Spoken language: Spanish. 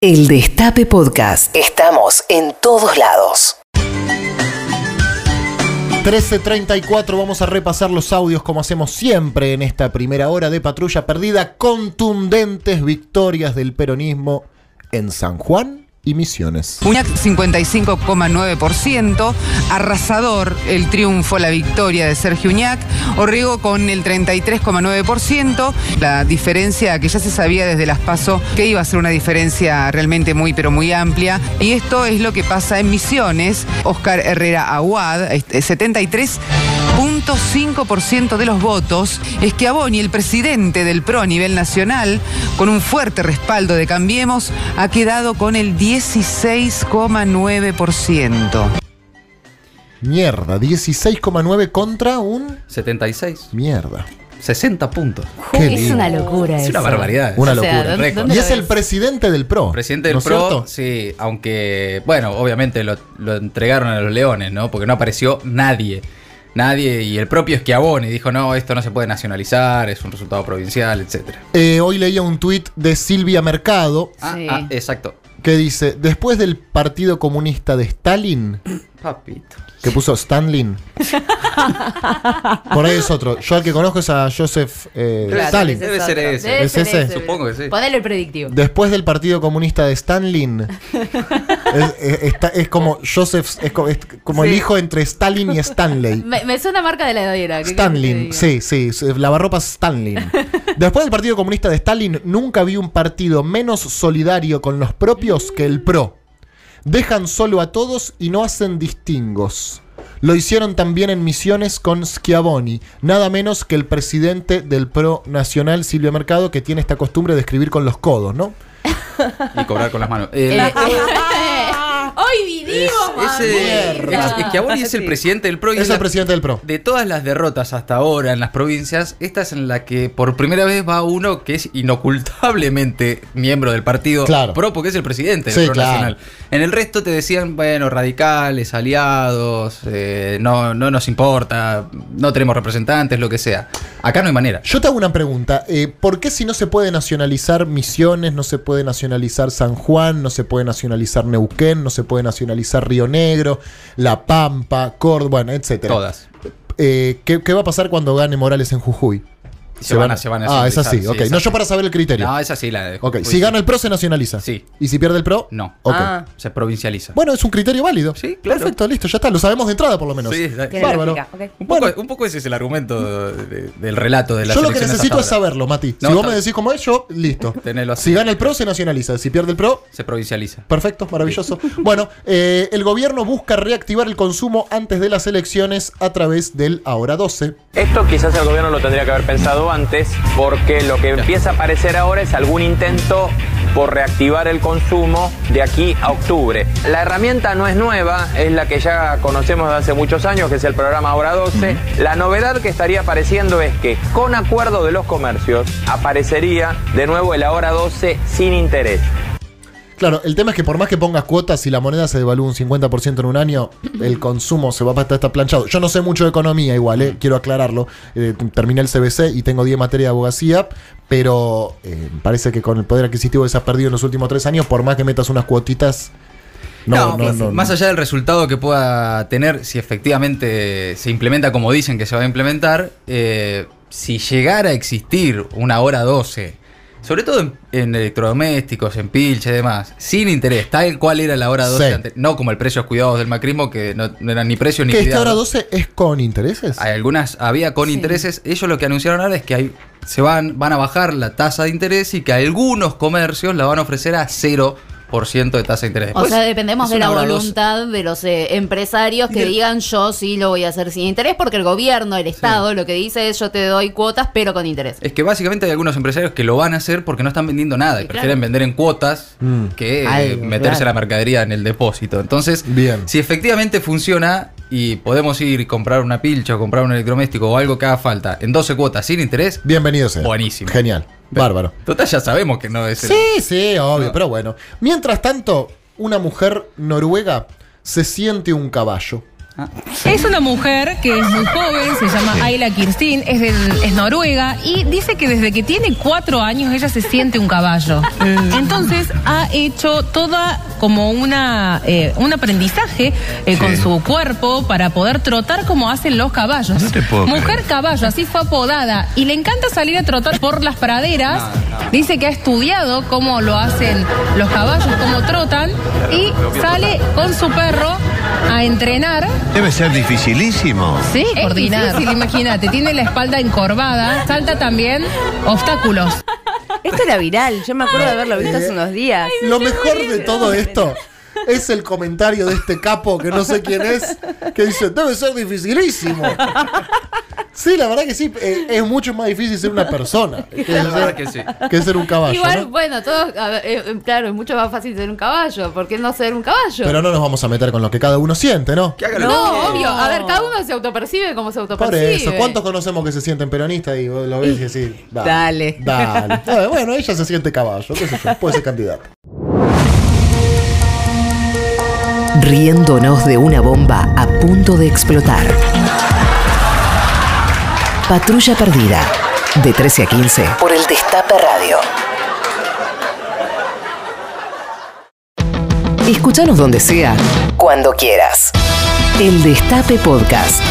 El Destape Podcast. Estamos en todos lados. 13.34 vamos a repasar los audios como hacemos siempre en esta primera hora de patrulla perdida. Contundentes victorias del peronismo en San Juan y Misiones. Un 55,9%, arrasador el triunfo, la victoria de Sergio Uñac, Orrego con el 33,9%, la diferencia que ya se sabía desde las PASO que iba a ser una diferencia realmente muy pero muy amplia y esto es lo que pasa en Misiones, Oscar Herrera Aguad, este, 73 .5% de los votos, es que Aboni, el presidente del PRO a nivel nacional, con un fuerte respaldo de Cambiemos, ha quedado con el 16,9%. Mierda, 16,9 contra un... 76. Mierda. 60 puntos. Qué Es lindo. una locura Es una eso. barbaridad. Una O sea, locura, ¿dónde- récord. dónde Y lo es el ves? presidente del PRO. Presidente del ¿no es PRO, cierto? sí, aunque, bueno, obviamente lo, lo entregaron a los leones, ¿no? Porque no apareció nadie. Nadie, y el propio Schiavone dijo, no, esto no se puede nacionalizar, es un resultado provincial, etcétera. Eh, hoy leía un tuit de Silvia Mercado Ah, Sí. ah, exacto. que dice, después del Partido Comunista de Stalin, Papito. que puso Stanlin. Por ahí es otro. Yo al que conozco es a Joseph eh, Claro, Stalin. Debe ser otro. ese. Debe ¿Es ser ese? Supongo que sí. Ponele el predictivo. Después del Partido Comunista de Stalin. es, es- está- es como Joseph, es como, es como el hijo entre Stalin y Stanley. Me, me suena marca de la heladera. ¿qué Stanlin, querés que te diga? sí, sí, sí, lavarropas Stanlin. Después del Partido Comunista de Stalin, nunca vi un partido menos solidario con los propios que el PRO. Dejan solo a todos y no hacen distingos. Lo hicieron también en misiones con Schiavoni, nada menos que el presidente del PRO Nacional, Silvio Mercado, que tiene esta costumbre de escribir con los codos, ¿no? Y cobrar con las manos. Eh, Eh, eh, Hoy vivimos, es, ese- mamita. es- Schiavone es el presidente del PRO y Es la- el presidente del PRO. De todas las derrotas hasta ahora en las provincias, esta es en la que por primera vez va uno que es inocultablemente miembro del partido Claro. PRO, porque es el presidente del Sí, PRO claro. Nacional. En el resto te decían, bueno, radicales, aliados, eh, no, no nos importa, no tenemos representantes, lo que sea. Acá no hay manera. Yo te hago una pregunta. eh, ¿Por qué si no se puede nacionalizar Misiones, no se puede nacionalizar San Juan, no se puede nacionalizar Neuquén, no se puede nacionalizar Río Negro, La Pampa, Córdoba, bueno, etcétera? Todas. Eh, ¿qué, qué va a pasar cuando gane Morales en Jujuy? Se, van, a, se van a Ah, es así. nacionalizar, Ok, sí, no, es yo así. para saber el criterio. No, es así la de. ok, Uy, si gana el PRO se nacionaliza. Sí. ¿Y si pierde el PRO? No. Ok. Ah. Se provincializa. Bueno, es un criterio válido. Sí, claro. Perfecto, listo, ya está. Lo sabemos de entrada por lo menos. Sí, da- Tiene Bárbaro. lógica, ok. un, poco, un poco ese es el argumento de- de- del relato de la Yo lo que necesito es saberlo, Mati. No, si está vos me bien. decís cómo es, yo, listo. Tenelo así. Si gana el PRO, se nacionaliza. Si pierde el PRO, Se provincializa. Perfecto, maravilloso. Bueno, eh, el gobierno busca reactivar el consumo antes de las elecciones a través del ahora 12. Esto quizás el gobierno lo tendría que haber pensado antes, porque lo que empieza a aparecer ahora es algún intento por reactivar el consumo de aquí a octubre. La herramienta no es nueva, es la que ya conocemos de hace muchos años, que es el programa Ahora 12. La novedad que estaría apareciendo es que, con acuerdo de los comercios, aparecería de nuevo el Ahora 12 sin interés. Claro, el tema es que por más que pongas cuotas y la moneda se devalúa un 50% en un año, el consumo se va a estar planchado. Yo no sé mucho de economía igual, Mm. eh, quiero aclararlo. Eh, terminé el CBC y tengo 10 materias de abogacía, pero eh, parece que con el poder adquisitivo que se ha perdido en los últimos tres años, por más que metas unas cuotitas... No, no, pues, no, Más no. allá del resultado que pueda tener, si efectivamente se implementa como dicen que se va a implementar, eh, si llegara a existir una hora 12, sobre todo en, en electrodomésticos, en pilche y demás, sin interés, tal cual era la hora 12, Sí. ante- no como el precios cuidados del macrismo, que no, no eran ni precios ni ¿Que esta cuidados. hora 12 es con intereses? Hay algunas había con intereses. Ellos lo que anunciaron ahora es que hay, se van, van a bajar la tasa de interés y que algunos comercios la van a ofrecer a 0% de tasa de interés. O Después, sea, dependemos es de una la hora dos. voluntad de los eh, empresarios que Del- digan yo sí lo voy a hacer sin interés porque el gobierno, el Estado, lo que dice es yo te doy cuotas pero con interés. Es que básicamente hay algunos empresarios que lo van a hacer porque no están vendiendo nada y Sí, prefieren claro. vender en cuotas Mm. que eh, Ay, meterse la mercadería en el depósito. Entonces, Bien. si efectivamente funciona y podemos ir y comprar una pilcha o comprar un electrodoméstico o algo que haga falta en 12 cuotas sin interés, Bienvenido sea. Buenísimo. Genial. Bárbaro. total ya sabemos que no es el- Sí, sí, obvio, No. pero bueno. Mientras tanto, una mujer noruega se siente un caballo. Es una mujer que es muy joven, se llama Ayla Kirstin, es, del- es noruega y dice que desde que tiene cuatro años ella se siente un caballo. Entonces ha hecho toda como una eh, un aprendizaje eh, con su cuerpo para poder trotar como hacen los caballos. No te puedo creer. mujer caballo, así fue apodada y le encanta salir a trotar por las praderas. Dice que ha estudiado cómo lo hacen los caballos, cómo trotan y sale con su perro a entrenar Debe ser dificilísimo. Sí, coordinar. imagínate. Tiene la espalda encorvada, salta también obstáculos. Esto era viral, yo me acuerdo de haberlo visto hace unos días. eh, Lo mejor de todo esto es el comentario de este capo, que no sé quién es, que dice, debe ser dificilísimo. Sí, la verdad que sí, eh, es mucho más difícil ser una persona que La verdad ser, que sí. que ser un caballo. Igual, ¿no? bueno, todos, a ver, eh, eh, claro, es mucho más fácil ser un caballo. ¿Por qué no ser un caballo? Pero no nos vamos a meter con lo que cada uno siente, ¿no? Que haga lo que no, quiera. obvio. A ver, cada uno se autopercibe como se Por autopercibe. eso, ¿cuántos conocemos que se sienten peronistas y vos lo ves y decís, Dale. Dale. Eh, Bueno, ella se siente caballo, qué sé yo, puede ser candidata. Riéndonos de una bomba a punto de explotar. Patrulla perdida. De 13 a 15. Por el Destape Radio. Escúchanos donde sea. Cuando quieras. El Destape Podcast.